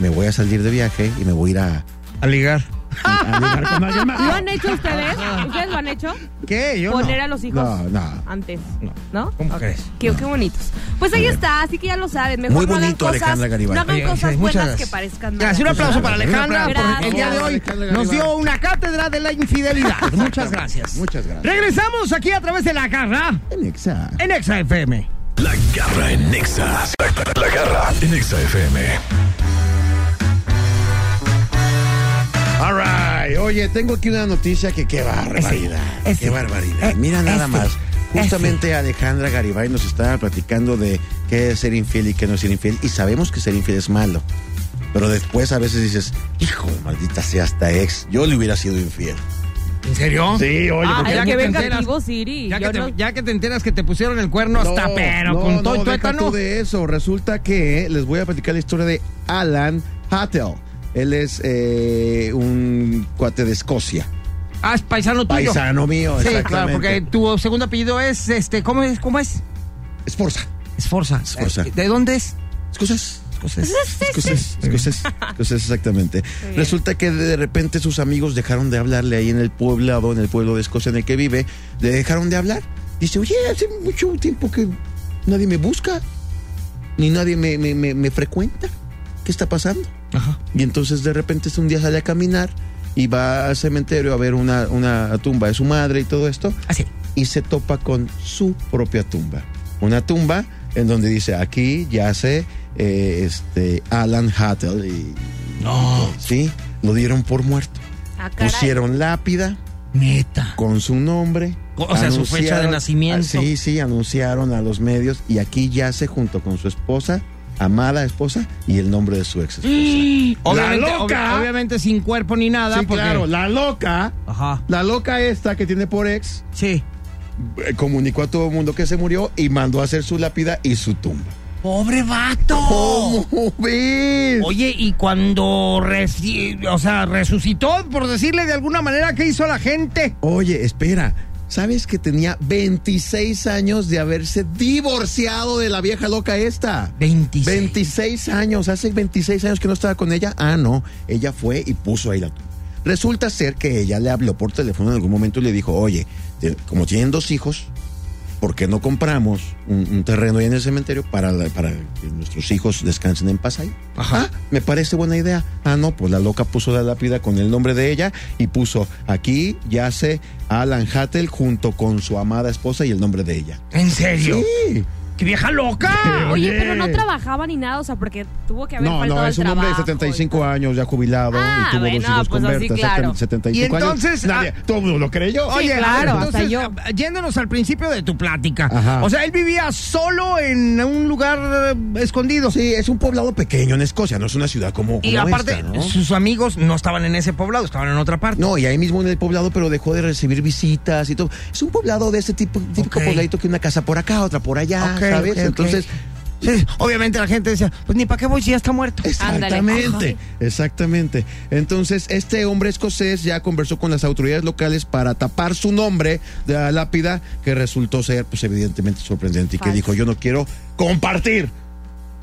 me voy a salir de viaje y me voy a ir a...
A ligar.
a ligar con alguien más.
¿Lo han hecho ustedes? ¿Ustedes lo han hecho?
¿Qué? Yo
poner
no.
a los hijos
No, no.
antes.
No.
¿No?
¿Cómo
Ok.
crees?
Qué, qué bonitos. Pues ahí está, así que ya lo saben. Mejor
Muy
no hagan
bonito,
cosas,
Alejandra Garibay.
No hagan
Oye,
cosas
muchas
buenas
gracias.
que parezcan malas.
Gracias, un aplauso para Alejandra
Gracias.
porque el día de hoy.
Alejandra
Nos
Garibay.
dio una cátedra de la infidelidad. Muchas gracias.
Muchas gracias.
Regresamos aquí a través de la garra
Alexa.
en Exa FM.
La garra en Nexa. La, la- la garra en Nexa FM.
All right, hombre. Oye, tengo aquí una noticia que qué barbaridad.
ese,
qué barbaridad.
eh,
Mira nada
ese,
más. Justamente Alejandra Garibay nos estaba platicando de qué es ser infiel y qué no es ser infiel. Y sabemos que ser infiel es malo. Pero después a veces dices, hijo de maldita sea hasta ex, yo le hubiera sido infiel.
¿En serio?
Sí, oye,
Ah,
porque
ya
ya
que
que
venga
te enteras-
Tivo Siri.
Ya que,
yo
te,
no-
ya que te enteras que te pusieron el cuerno hasta, pero
no,
con
no,
todo el
deja
tuétano.
tú de eso. Resulta que les voy a platicar la historia de Alan Hattel. Él es eh, un cuate de Escocia.
Ah, es paisano tuyo.
Paisano mío,
Sí,
exactamente.
claro, porque tu segundo apellido es, este, ¿cómo es? ¿Cómo es?
Esforza.
Esforza.
Esforza.
Eh, ¿De dónde es?
Escocés.
Escocés.
Escocés, escocés, escocés, exactamente. Resulta que de repente sus amigos dejaron de hablarle ahí en el pueblado, en el pueblo de Escocia en el que vive, le dejaron de hablar. Dice, oye, hace mucho tiempo que nadie me busca, ni nadie me, me- me- me frecuenta. ¿Qué está pasando?
Ajá.
Y entonces de repente este un día sale a caminar y va al cementerio a ver una, una tumba de su madre y todo esto
Así.
y se topa con su propia tumba. Una tumba en donde dice aquí yace eh, este Alan Hattel y
No.
sí, lo dieron por muerto.
Ah, caray.
Pusieron lápida
Neta.
con su nombre.
O sea, su fecha de
anunciaron-
nacimiento.
Ah, Sí, sí, anunciaron a los medios y aquí yace junto con su esposa, amada esposa y el nombre de su ex esposa.
Mm. Obviamente,
¡La loca!
ob- obviamente sin cuerpo ni nada. porque-
la loca,
Ajá.
la loca esta que tiene por ex
Sí.
eh, comunicó a todo el mundo que se murió y mandó a hacer su lápida y su tumba.
¡Pobre vato!
¿Cómo ves?
Oh. Oye, y cuando reci- o sea, resucitó, por decirle de alguna manera, ¿qué hizo la gente?
Oye, espera. ¿Sabes que tenía 26 años de haberse divorciado de la vieja loca esta?
26.
26 años. Hace 26 años que no estaba con ella. Ah, no. Ella fue y puso ahí la tumba. Resulta ser que ella le habló por teléfono en algún momento y le dijo, oye, te- como tienen dos hijos, ¿por qué no compramos un, un terreno ahí en el cementerio para, la- para que nuestros hijos descansen en paz ahí? Ajá. me parece buena idea. Ah, no, pues la loca puso la lápida con el nombre de ella y puso aquí yace Alan Hattel junto con su amada esposa y el nombre de ella.
¿En serio?
Sí.
¡Qué vieja loca!
Oye, pero no trabajaba ni nada, o sea, porque tuvo que haber
No,
faltado
no,
al
es un hombre de
trabajo y
75 años, ya jubilado,
Ah,
y tuvo
bueno,
dos hijos
pues
con
así,
Berta,
claro.
75
Y entonces,
años. Nadie,
ah-
todo el mundo lo creyó.
Sí, claro, hasta yo.
ah, Yéndonos al principio de tu plática.
Ajá.
O sea, él vivía solo en un lugar eh, escondido.
Sí, es un poblado pequeño en Escocia, no es una ciudad como,
Y
como
aparte,
esta, ¿no?
sus amigos no estaban en ese poblado, estaban en otra parte.
No, y ahí mismo en el poblado, pero dejó de recibir visitas y todo. Es un poblado de ese tipo, típico
Ok.
pobladito que una casa por acá, otra por allá,
Ok,
¿sabes?
ok, ok.
Entonces,
Ah, Sí, obviamente la gente decía, pues ni para qué voy si ya está muerto.
Ándale.
Exactamente, exactamente. Entonces, este hombre escocés ya conversó con las autoridades locales para tapar su nombre de la lápida, que resultó ser, pues, evidentemente sorprendente y que
Falso.
dijo: Yo no quiero compartir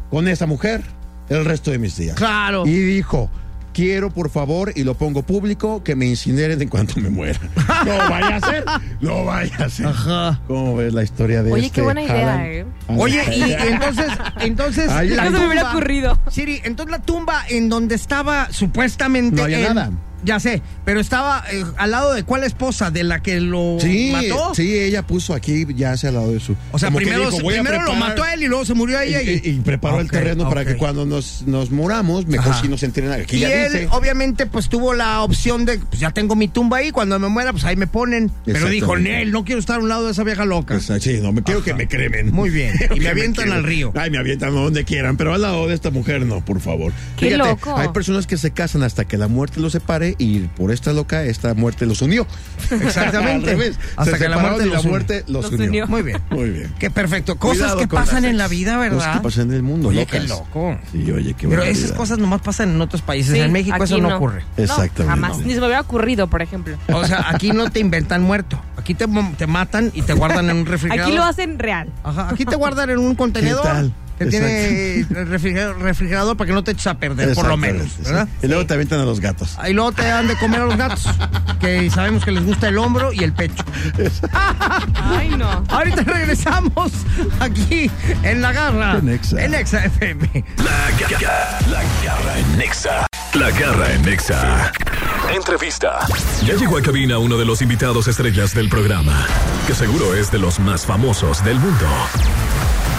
con esa mujer el resto de mis días.
Claro.
Y dijo. Quiero, por favor, y lo pongo público, que me incineren en cuanto me muera. No vaya a ser, no vaya a ser.
Ajá.
¿Cómo ves la historia de
Oye, qué
este
buena idea,
Alan-
eh.
Alan
Oye, y
Taylor?
entonces, entonces
Ay,
todo.
la
No se me hubiera ocurrido.
Siri, entonces la tumba en donde estaba supuestamente.
No había
en-
nada.
Ya sé, pero estaba eh, al lado de cuál esposa, de la que lo
Sí,
mató.
sí, ella puso aquí ya hacia al lado de su.
O sea,
como que
primero,
dijo, voy a
primero lo
preparar-
mató a él y luego se murió
Y,
ella. Y,
y- y preparó el
Ok,
terreno para
ok.
que cuando nos, nos muramos, mejor
Ajá.
si nos entierren aquí.
Y
ya
él,
dice.
obviamente, pues tuvo la opción de, pues ya tengo mi tumba ahí, cuando me muera, pues ahí me ponen. Pero dijo,
Exactamente.
Nel, no quiero estar a un lado de esa vieja loca.
Pues, Sí, no, me quiero que me cremen.
Muy bien.
Quiero
Y me
que
avientan
cremen.
al río.
Ay, me avientan a donde quieran, pero al lado de esta mujer no, por favor.
Qué loco.
Hay personas que se casan hasta que la muerte los separe y por esta loca, esta muerte los unió.
Exactamente.
Al revés.
Hasta
se
que la
separaron
muerte
y la
los unió.
muerte los,
Los
unió.
unió.
Muy bien.
Muy bien.
Qué perfecto. Cosas
Cuidado
que
con las
pasan en la
ex.
vida, ¿verdad?
Cosas que pasan en el mundo,
Oye,
locas.
qué loco.
Sí, oye, qué
Pero esas
barbaridad.
cosas nomás pasan en otros países.
Sí,
en México
aquí
eso no,
no.
ocurre.
No,
Exactamente.
jamás. Ni se me hubiera ocurrido, por ejemplo.
O sea, aquí no te inventan muerto. Aquí te, te matan y te guardan en un refrigerador.
Aquí lo hacen real.
Ajá, aquí te guardan en un contenedor
tal?
que tiene refrigerador, refrigerador para que no te eches a perder, por lo menos,
Exactamente, sí.
¿verdad?
Y luego te avientan a los gatos.
Y luego te dan de comer a los gatos, que sabemos que les gusta el hombro y el pecho.
Ay, no.
Ahorita regresamos aquí en La Garra.
En Exa.
En Exa FM.
La garra, la garra en Nexa. La garra en Nexa. Entrevista. Ya llegó a cabina uno de los invitados estrellas del programa, que seguro es de los más famosos del mundo.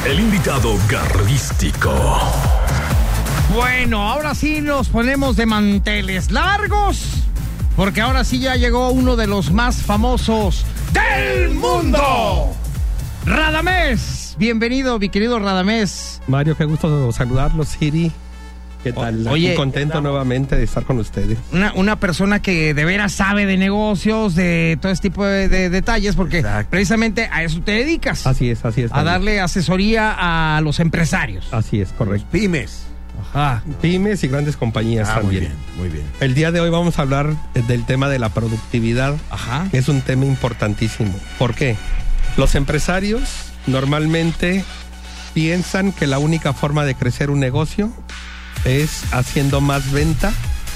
El invitado garrístico.
Bueno, ahora sí nos ponemos de manteles largos Porque ahora sí ya llegó uno de los más famosos del mundo. Radamés. Bienvenido, mi querido Radamés.
Mario, qué gusto saludarlos, Siri. ¿Qué tal?
oye,
Muy contento nuevamente de estar con ustedes.
Una, una persona que de veras sabe de negocios, de todo este tipo de, de detalles, porque
Exacto.
precisamente a eso te dedicas.
Así es, así es.
A
Mario.
darle asesoría a los empresarios.
Así es, correcto.
Pymes.
Ajá.
Pymes y grandes compañías
Ah, muy
también.
bien, muy bien.
El día de hoy vamos a hablar eh, del tema de la productividad,
Ajá.
que es un tema importantísimo. ¿Por qué? Los empresarios normalmente piensan que la única forma de crecer un negocio es haciendo más venta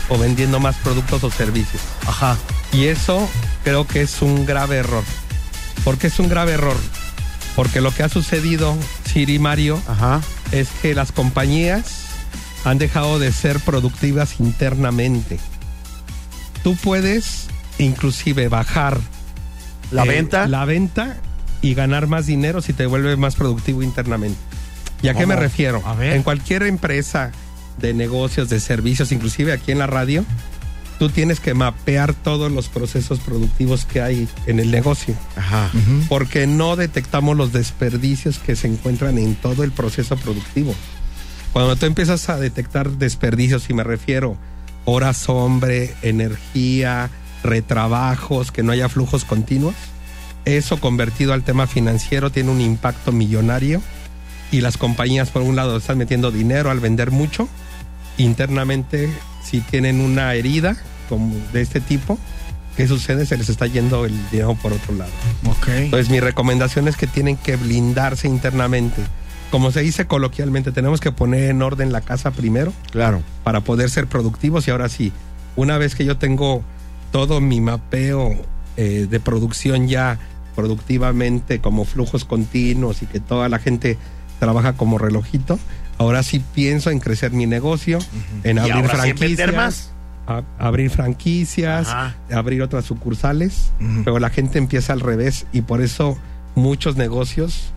o vendiendo más productos o servicios.
Ajá.
Y eso creo que es un grave error. ¿Por qué es un grave error? Porque lo que ha sucedido, Siri Mario,
Ajá.
es que las compañías han dejado de ser productivas internamente. Tú puedes inclusive bajar
La
eh,
venta.
la venta y ganar más dinero si te vuelves más productivo internamente. ¿Y a qué me
¿Cómo?
refiero?
A ver.
En cualquier empresa de negocios, de servicios, inclusive aquí en la radio, tú tienes que mapear todos los procesos productivos que hay en el negocio,
Ajá.
porque no detectamos los desperdicios que se encuentran en todo el proceso productivo. Cuando tú empiezas a detectar desperdicios, y me refiero horas hombre, energía, retrabajos, que no haya flujos continuos, eso convertido al tema financiero tiene un impacto millonario y las compañías por un lado están metiendo dinero al vender mucho, internamente si tienen una herida como de este tipo, ¿qué sucede? Se les está yendo el dinero por otro lado.
Ok.
Entonces mi recomendación es que tienen que blindarse internamente. Como se dice coloquialmente, tenemos que poner en orden la casa primero
Claro.
para poder ser productivos. Y ahora sí, una vez que yo tengo todo mi mapeo eh, de producción ya productivamente, como flujos continuos y que toda la gente trabaja como relojito, ahora sí pienso en crecer mi negocio, en abrir
ahora sí
franquicias.
vender más.
a- abrir franquicias,
Ajá.
abrir otras sucursales,
Ujú.
pero la gente empieza al revés y por eso muchos negocios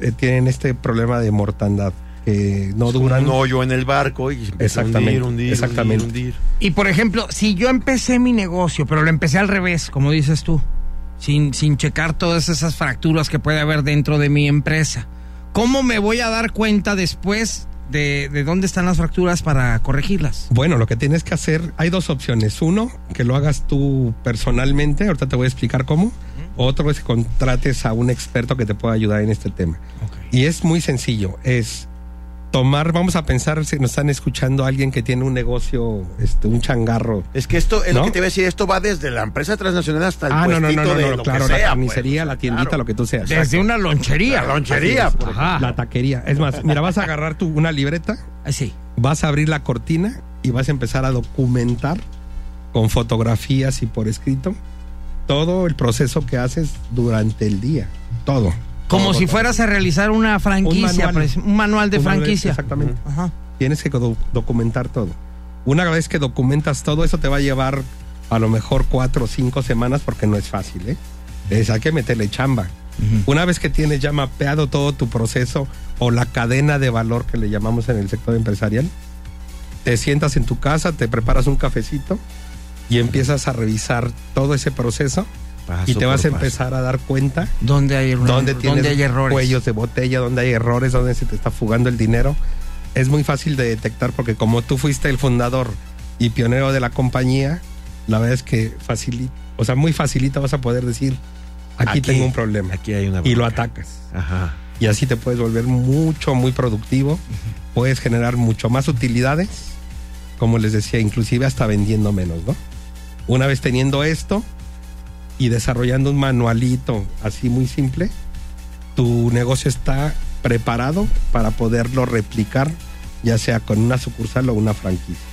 eh, tienen este problema de mortandad, que no
Es como
duran
un hoyo en el barco y se empieza a
Exactamente,
hundir, hundir,
exactamente.
hundir, hundir.
Y por ejemplo, si yo empecé mi negocio, pero lo empecé al revés, como dices tú, sin, sin checar todas esas fracturas que puede haber dentro de mi empresa, ¿cómo me voy a dar cuenta después de, de dónde están las fracturas para corregirlas?
Bueno, lo que tienes que hacer, hay dos opciones. Uno, que lo hagas tú personalmente, ahorita te voy a explicar cómo. Otro es que contrates a un experto que te pueda ayudar en este tema. Y es muy sencillo, es tomar, vamos a pensar si nos están escuchando alguien que tiene un negocio, este, un changarro.
Es que esto, es lo
¿No?
que te voy a decir, esto va desde la empresa transnacional hasta el
Ah, no, no, no,
puestito
no,
de
no,
lo que sea,
claro, la
pues,
carnicería,
o sea,
la tiendita,
claro.
lo que tú seas.
Desde ah. una lonchería.
La lonchería, por
Ajá. Ah,
La taquería. Es más, mira, vas a agarrar tu, una libreta,
Sí.
vas a abrir la cortina y vas a empezar a documentar con fotografías y por escrito todo el proceso que haces durante el día. Todo.
Como
Todo,
si
todo.
fueras a realizar una franquicia,
manual.
pues, un manual de
Un manual,
franquicia.
Exactamente.
Ajá.
Tienes que do- documentar todo. Una vez que documentas todo, eso te va a llevar a lo mejor cuatro o cinco semanas porque no es fácil, ¿eh? Es, hay que meterle chamba. Una vez que tienes ya mapeado todo tu proceso o la cadena de valor que le llamamos en el sector empresarial, te sientas en tu casa, te preparas un cafecito y empiezas a revisar todo ese proceso
Paso
y te vas a
por paso.
empezar a dar cuenta
¿Dónde hay, errores?
donde tienes
¿Dónde hay errores?
cuellos de botella, donde hay errores, donde se te está fugando el dinero. Es muy fácil de detectar porque como tú fuiste el fundador y pionero de la compañía, la verdad es que facilita, o sea, muy facilita vas a poder decir, aquí, tengo un problema
Aquí hay una
y lo
bronca.
atacas.
Ajá.
Y así te puedes volver mucho, muy productivo, puedes generar mucho más utilidades, como les decía, inclusive hasta vendiendo menos, ¿no? Una vez teniendo esto y desarrollando un manualito así muy simple, tu negocio está preparado para poderlo replicar, ya sea con una sucursal o una franquicia.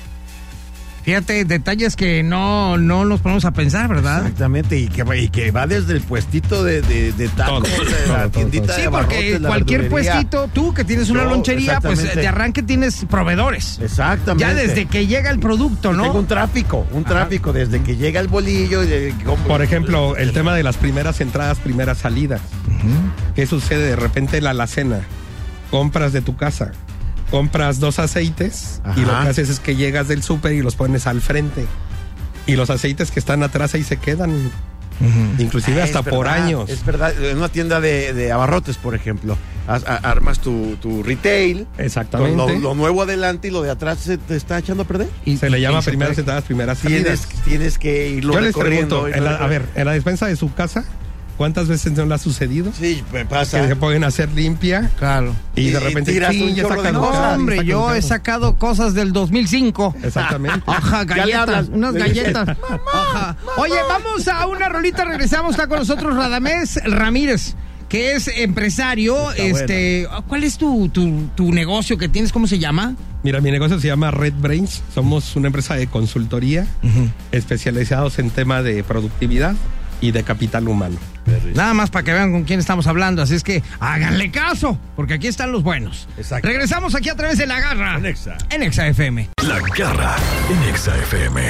Fíjate, detalles que no, no nos ponemos a pensar, ¿verdad?
Exactamente, y que, va- y que va desde el puestito de, de, de tacos,
Todo,
de
todo,
la
todo,
tiendita
todo.
de
Sí,
abarrotes,
porque
la
cualquier
verdulería.
puestito, tú que tienes una
Yo,
lonchería, pues
exactamente.
de arranque tienes proveedores.
Exactamente.
Ya desde que llega el producto,
Tengo
¿no?
un tráfico, un tráfico desde que llega el bolillo. y de- cómo-
Por ejemplo, el tema de las primeras entradas, primeras salidas. ¿Qué sucede? De repente la alacena, compras de tu casa, compras dos aceites y lo
Ajá.
que haces es que llegas del súper y los pones al frente. Y los aceites que están atrás ahí se quedan, inclusive
Ah,
hasta
es
por
verdad,
años.
Es verdad, en una tienda de, de abarrotes, por ejemplo, haz- a- armas tu, tu retail, con
Exactamente.
lo, lo nuevo adelante y lo de atrás se te está echando a perder.
Y-
se le
y-
llama
y se
primeras
puede-
entradas, primeras salidas.
Tienes, tienes que irlo
Yo les
recorriendo.
pregunto,
irlo
en la- a
recorriendo.
ver, en la despensa de su casa, ¿cuántas veces no le ha sucedido?
Sí, me
Que
pasa.
se pueden hacer limpia
Claro.
y,
Y-
de
y
repente
tiras
¡chin!
un
ya
chorro
sacan
de
No,
cosas.
cosas,
hombre,
sacan
yo he
cosas.
sacado cosas del 2005.
Exactamente.
Ajá,
Ya le
galletas,
hablas.
unas galletas. Ajá. Oye, vamos a una rolita, regresamos, está con nosotros Radamés Ramírez, que es empresario. este, ¿cuál es tu, tu, tu negocio que tienes? ¿Cómo se llama?
Mira, mi negocio se llama Red Brains. Somos una empresa de consultoría especializados en tema de productividad y de capital humano.
Nada más para que vean con quién estamos hablando, así es que háganle caso, porque aquí están los buenos.
Exacto.
Regresamos aquí a través de la garra. En
Exa.
En Exa FM.
La garra en Exa FM.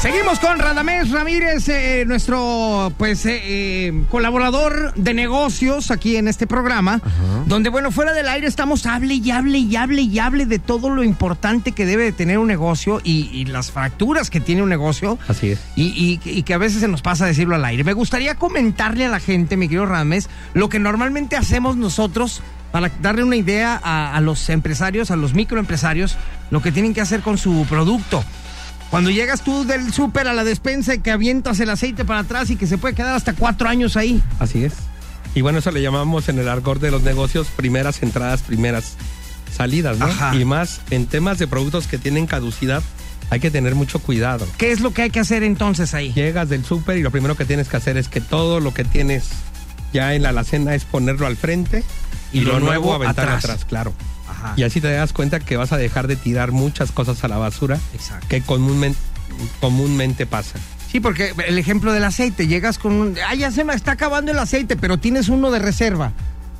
Seguimos con Radamés Ramírez, eh, nuestro pues eh, eh, colaborador de negocios aquí en este programa, donde bueno, fuera del aire estamos hable y hable y hable y hable de todo lo importante que debe de tener un negocio y, y las fracturas que tiene un negocio.
Así es.
Y, y- y que a veces se nos pasa decirlo al aire. Me gustaría comentarle a la gente, mi querido Radamés, lo que normalmente hacemos nosotros para darle una idea a, a los empresarios, a los microempresarios, lo que tienen que hacer con su producto. Cuando llegas tú del súper a la despensa y que avientas el aceite para atrás y que se puede quedar hasta cuatro años ahí.
Así es. Y bueno, eso le llamamos en el argot de los negocios primeras entradas, primeras salidas, ¿no?
Ajá.
Y más en temas de productos que tienen caducidad, hay que tener mucho cuidado.
¿Qué es lo que hay que hacer entonces ahí?
Llegas del súper y lo primero que tienes que hacer es que todo lo que tienes ya en la alacena es ponerlo al frente y, lo, nuevo, aventar
atrás.
atrás. Ah. claro.
Ajá.
Y así te das cuenta que vas a dejar de tirar muchas cosas a la basura
Exacto.
que comúnmente, comúnmente pasa.
Sí, porque el ejemplo del aceite, llegas con un... Ah, ya se me está acabando el aceite, pero tienes uno de reserva.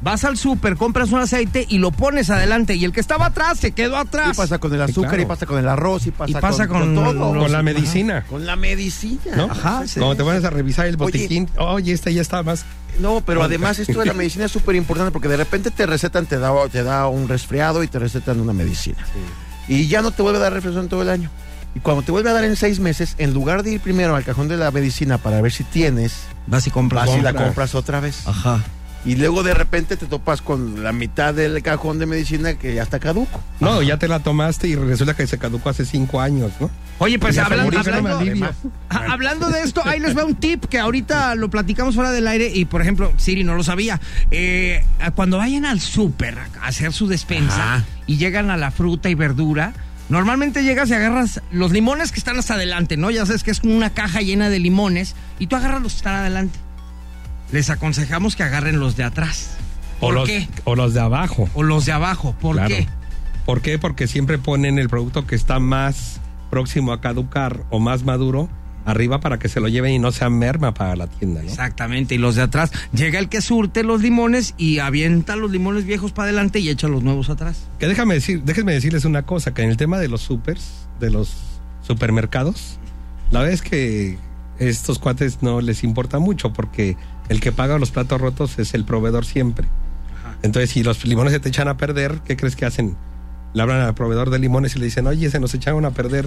Vas al súper, compras un aceite y lo pones adelante. Y el que estaba atrás se quedó atrás.
Y pasa con el
Sí,
azúcar,
claro.
y pasa con el arroz, y pasa,
Y pasa con
todo.
los-
Con la medicina.
Con la medicina.
¿no?
Ajá, sí.
Cuando te pones a revisar el botiquín, oye, esta ya está más.
No, pero además esto de la medicina es súper importante porque de repente te recetan, te da, te da un resfriado y te recetan una medicina. Y ya no te vuelve a dar resfriado en todo el año. Y cuando te vuelve a dar en seis meses, en lugar de ir primero al cajón de la medicina para ver si tienes,
Vas y compras.
vas y la
compras.
compras Ah. otra vez.
Ajá.
Y luego de repente te topas con la mitad del cajón de medicina que ya está caduco.
No, ya te la tomaste y resulta que se caducó hace cinco años, ¿no?
Oye, pues
Ya se
hablan-
murió, ya no me
hablando,
alivia.
Ah, Hablando de esto, ahí les va un tip que ahorita lo platicamos fuera del aire y, por ejemplo, Siri no lo sabía. Eh, a- cuando vayan al súper a hacer su despensa y llegan a la fruta y verdura, normalmente llegas y agarras los limones que están hasta adelante, ¿no? Ya sabes que es como una caja llena de limones y tú agarras los que están adelante. Les aconsejamos que agarren los de atrás.
O
¿Por
los,
qué?
o los de abajo.
O los de abajo. ¿Por
Claro.
qué?
¿Por qué? Porque siempre ponen el producto que está más próximo a caducar o más maduro arriba para que se lo lleven y no sea merma para la tienda, ¿no?
Exactamente, y los de atrás. Llega el que surte los limones y avienta los limones viejos para adelante y echa los nuevos atrás.
Que déjame decir, déjenme decirles una cosa, que en el tema de los supers, de los supermercados, la verdad es que estos cuates no les importa mucho porque el que paga los platos rotos es el proveedor siempre. Entonces, si los limones se te echan a perder, ¿qué crees que hacen? Le hablan al proveedor de limones y le dicen, oye, se nos echaron a perder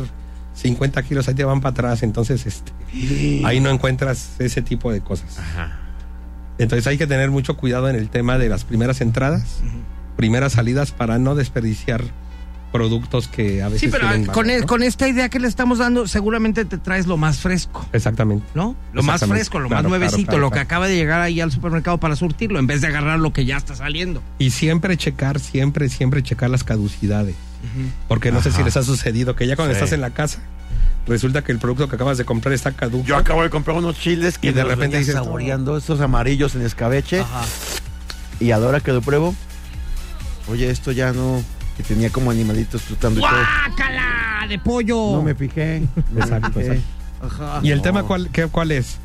50 kilos, ahí te van para atrás. Entonces, este, ahí no encuentras ese tipo de cosas. Entonces, hay que tener mucho cuidado en el tema de las primeras entradas, primeras salidas, para no desperdiciar productos que a veces.
Sí, pero ah,
tienen valor,
con, e-
¿no?
con esta idea que le estamos dando, seguramente te traes lo más fresco,
Exactamente.
¿no? Lo más
Exactamente.
fresco, lo
Claro,
más
claro,
nuevecito,
claro,
lo que
claro.
acaba de llegar ahí al supermercado para surtirlo, en vez de agarrar lo que ya está saliendo.
Y siempre checar, siempre, siempre checar las caducidades. Porque no sé si les ha sucedido que ya cuando
Sí.
estás en la casa, resulta que el producto que acabas de comprar está caduco.
Yo acabo de comprar unos chiles que
Y de
me los
repente
venía
dices,
saboreando estos amarillos en escabeche. Y a la hora que lo pruebo, oye, esto ya no. Que tenía como animalitos flotando y todo.
¡Guácala! ¡De pollo!
No me fijé. no me
Exacto,
fijé.
exacto. Y el tema cuál, qué- cuál es?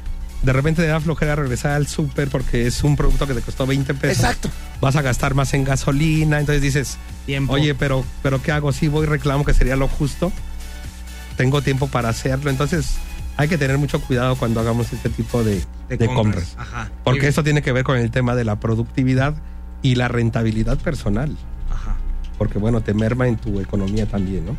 De repente te da flojera regresar al súper porque es un producto que te costó 20 pesos.
Exacto.
Vas a gastar más en gasolina, entonces dices,
Tiempo.
oye, pero, pero ¿qué hago? Si voy y reclamo que sería lo justo, tengo tiempo para hacerlo. Entonces hay que tener mucho cuidado cuando hagamos este tipo de,
Te
de compras.
Ajá.
Porque
Sí.
esto tiene que ver con el tema de la productividad y la rentabilidad personal.
Ajá.
Porque bueno, te merma en tu economía también, ¿no?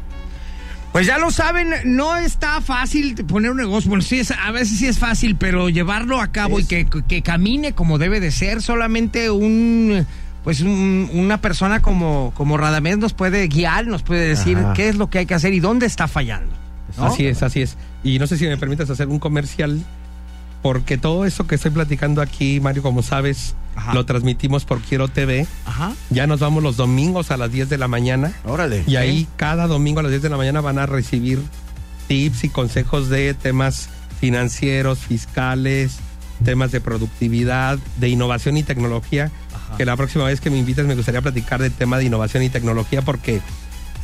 Pues ya lo saben, no está fácil poner un negocio. Bueno, sí es, a veces sí es fácil, pero llevarlo a cabo y que, que camine como debe de ser, solamente un pues un- una persona como, como Radamés nos puede guiar, nos puede decir
Ajá.
qué es lo que hay que hacer y dónde está fallando. ¿no?
Así es, así es. Y no sé si me permitas hacer un comercial, porque todo eso que estoy platicando aquí, Mario, como sabes,
Ajá.
lo transmitimos por Quiero TV.
Ajá.
Ya nos vamos los domingos a las 10 de la mañana.
Órale.
Y ahí cada domingo a las 10 de la mañana van a recibir tips y consejos de temas financieros, fiscales, temas de productividad, de innovación y tecnología.
Ajá.
Que la próxima vez que me invites me gustaría platicar del tema de innovación y tecnología porque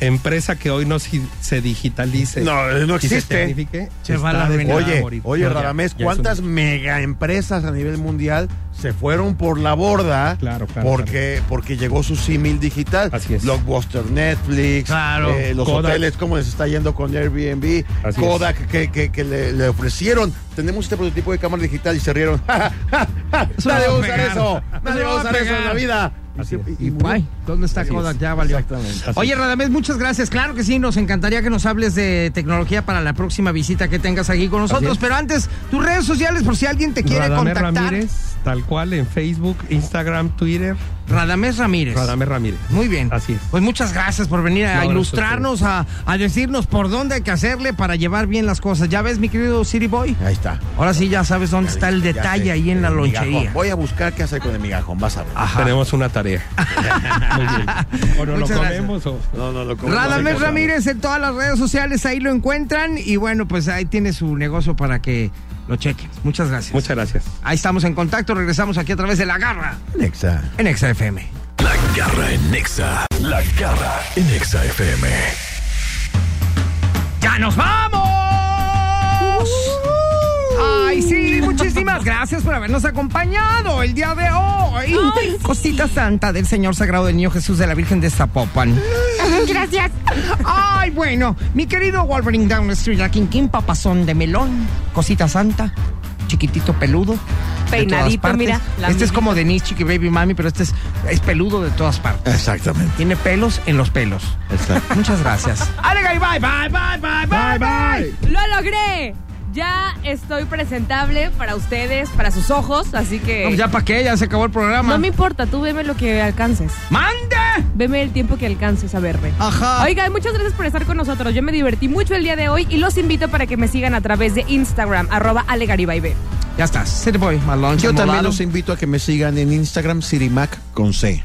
empresa que hoy no si- se digitalice
No, no
y se
existe.
tecnifique,
Se va
está
la arruinada.
destinada a
Oye,
morir.
oye,
No, ya-
Radamés,
ya es un-
¿cuántas mega empresas a nivel mundial se fueron por la borda?
Claro, claro,
Porque, porque llegó su símil digital.
Así es.
Blockbuster, Netflix,
Claro.
eh, los
Kodak.
hoteles, cómo les está yendo con Airbnb,
Así
Kodak, que, que- que le, le ofrecieron. Tenemos este prototipo de cámara digital y se rieron.
Eso
Nadie
no
va a
va a
usar
pegar.
eso. Nadie
Eso no
va a
va a
usar eso en la
pegar.
vida.
Así es.
Y guay, ¿dónde está
Así es.
Kodak? Ya valió.
Exactamente.
Oye, Radamés, muchas gracias. Claro que sí, nos encantaría que nos hables de tecnología para la próxima visita que tengas aquí con nosotros.
es.
Pero antes, tus redes sociales, por si alguien te quiere
Radamés
contactar.
Ramírez, tal cual en Facebook, Instagram, Twitter,
Radamés Ramírez.
Radamés Ramírez.
Muy bien.
Así es.
Pues muchas gracias por venir a
No, gracias
ilustrarnos, a, a decirnos por dónde hay que hacerle para llevar bien las cosas. ¿Ya ves, mi querido City Boy?
Ahí está.
Ahora sí ya sabes dónde está el
Ya sé,
detalle ahí en la
el
lonchería.
migajón. Voy a buscar qué hacer con el migajón, vas a ver.
Ajá.
Tenemos una tarea. Muy bien. O nos
Muchas
lo
gracias.
comemos o.
No, no, lo como- no
Radamés
sé cómo.
Ramírez en todas las redes sociales, ahí lo encuentran y bueno, pues ahí tiene su negocio para que lo chequen. Muchas gracias.
Muchas gracias.
Ahí estamos en contacto, regresamos aquí a través de La Garra
Alexa.
en XFM.
La garra en Nexa. La garra en Nexa FM.
¡Ya nos vamos! ¡Ay, sí! Muchísimas gracias por habernos acompañado el día de hoy. Cosita santa del Señor Sagrado del Niño Jesús de la Virgen de Zapopan.
Gracias.
Ay, bueno, mi querido Wolverine Down the Street, la quinquín, papazón de melón, cosita santa, chiquitito peludo. de todas
Peinadito,
partes.
mira,
Este
la
es
amiguita.
como Denise Chiqui Baby Mami, pero este es, es peludo de todas partes.
Exactamente.
Tiene pelos en los pelos. Muchas gracias. Ale, Gary, bye, bye, bye, bye, bye, bye.
¡Lo logré! Ya estoy presentable para ustedes, para sus ojos, así que.
No, pues ya para qué, ya se acabó el programa.
No me importa, tú veme lo que alcances.
¡Mande!
Veme el tiempo que alcances a verme.
Ajá.
Oigan, muchas gracias por estar con nosotros. Yo me divertí mucho el día de hoy y los invito para que me sigan a través de Instagram, arroba alegaribaibe.
Ya está, City Boy, Malone.
Yo también
Amolado.
los invito a que me sigan en Instagram Sirimac con C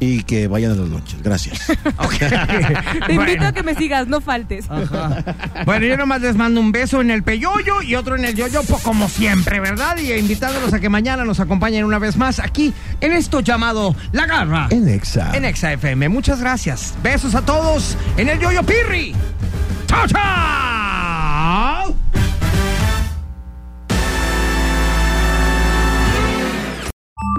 y que vayan a los lonches. Gracias.
Te invito
Bueno.
a que me sigas, no faltes.
Ajá. Bueno, yo nomás les mando un beso en el peyoyo y otro en el yoyopo, como siempre, ¿verdad? Y invitándolos a que mañana nos acompañen una vez más aquí en esto llamado La Garra
en Exa.
en Exa FM. Muchas gracias. Besos a todos en el yoyo pirri. ¡Chao, chao!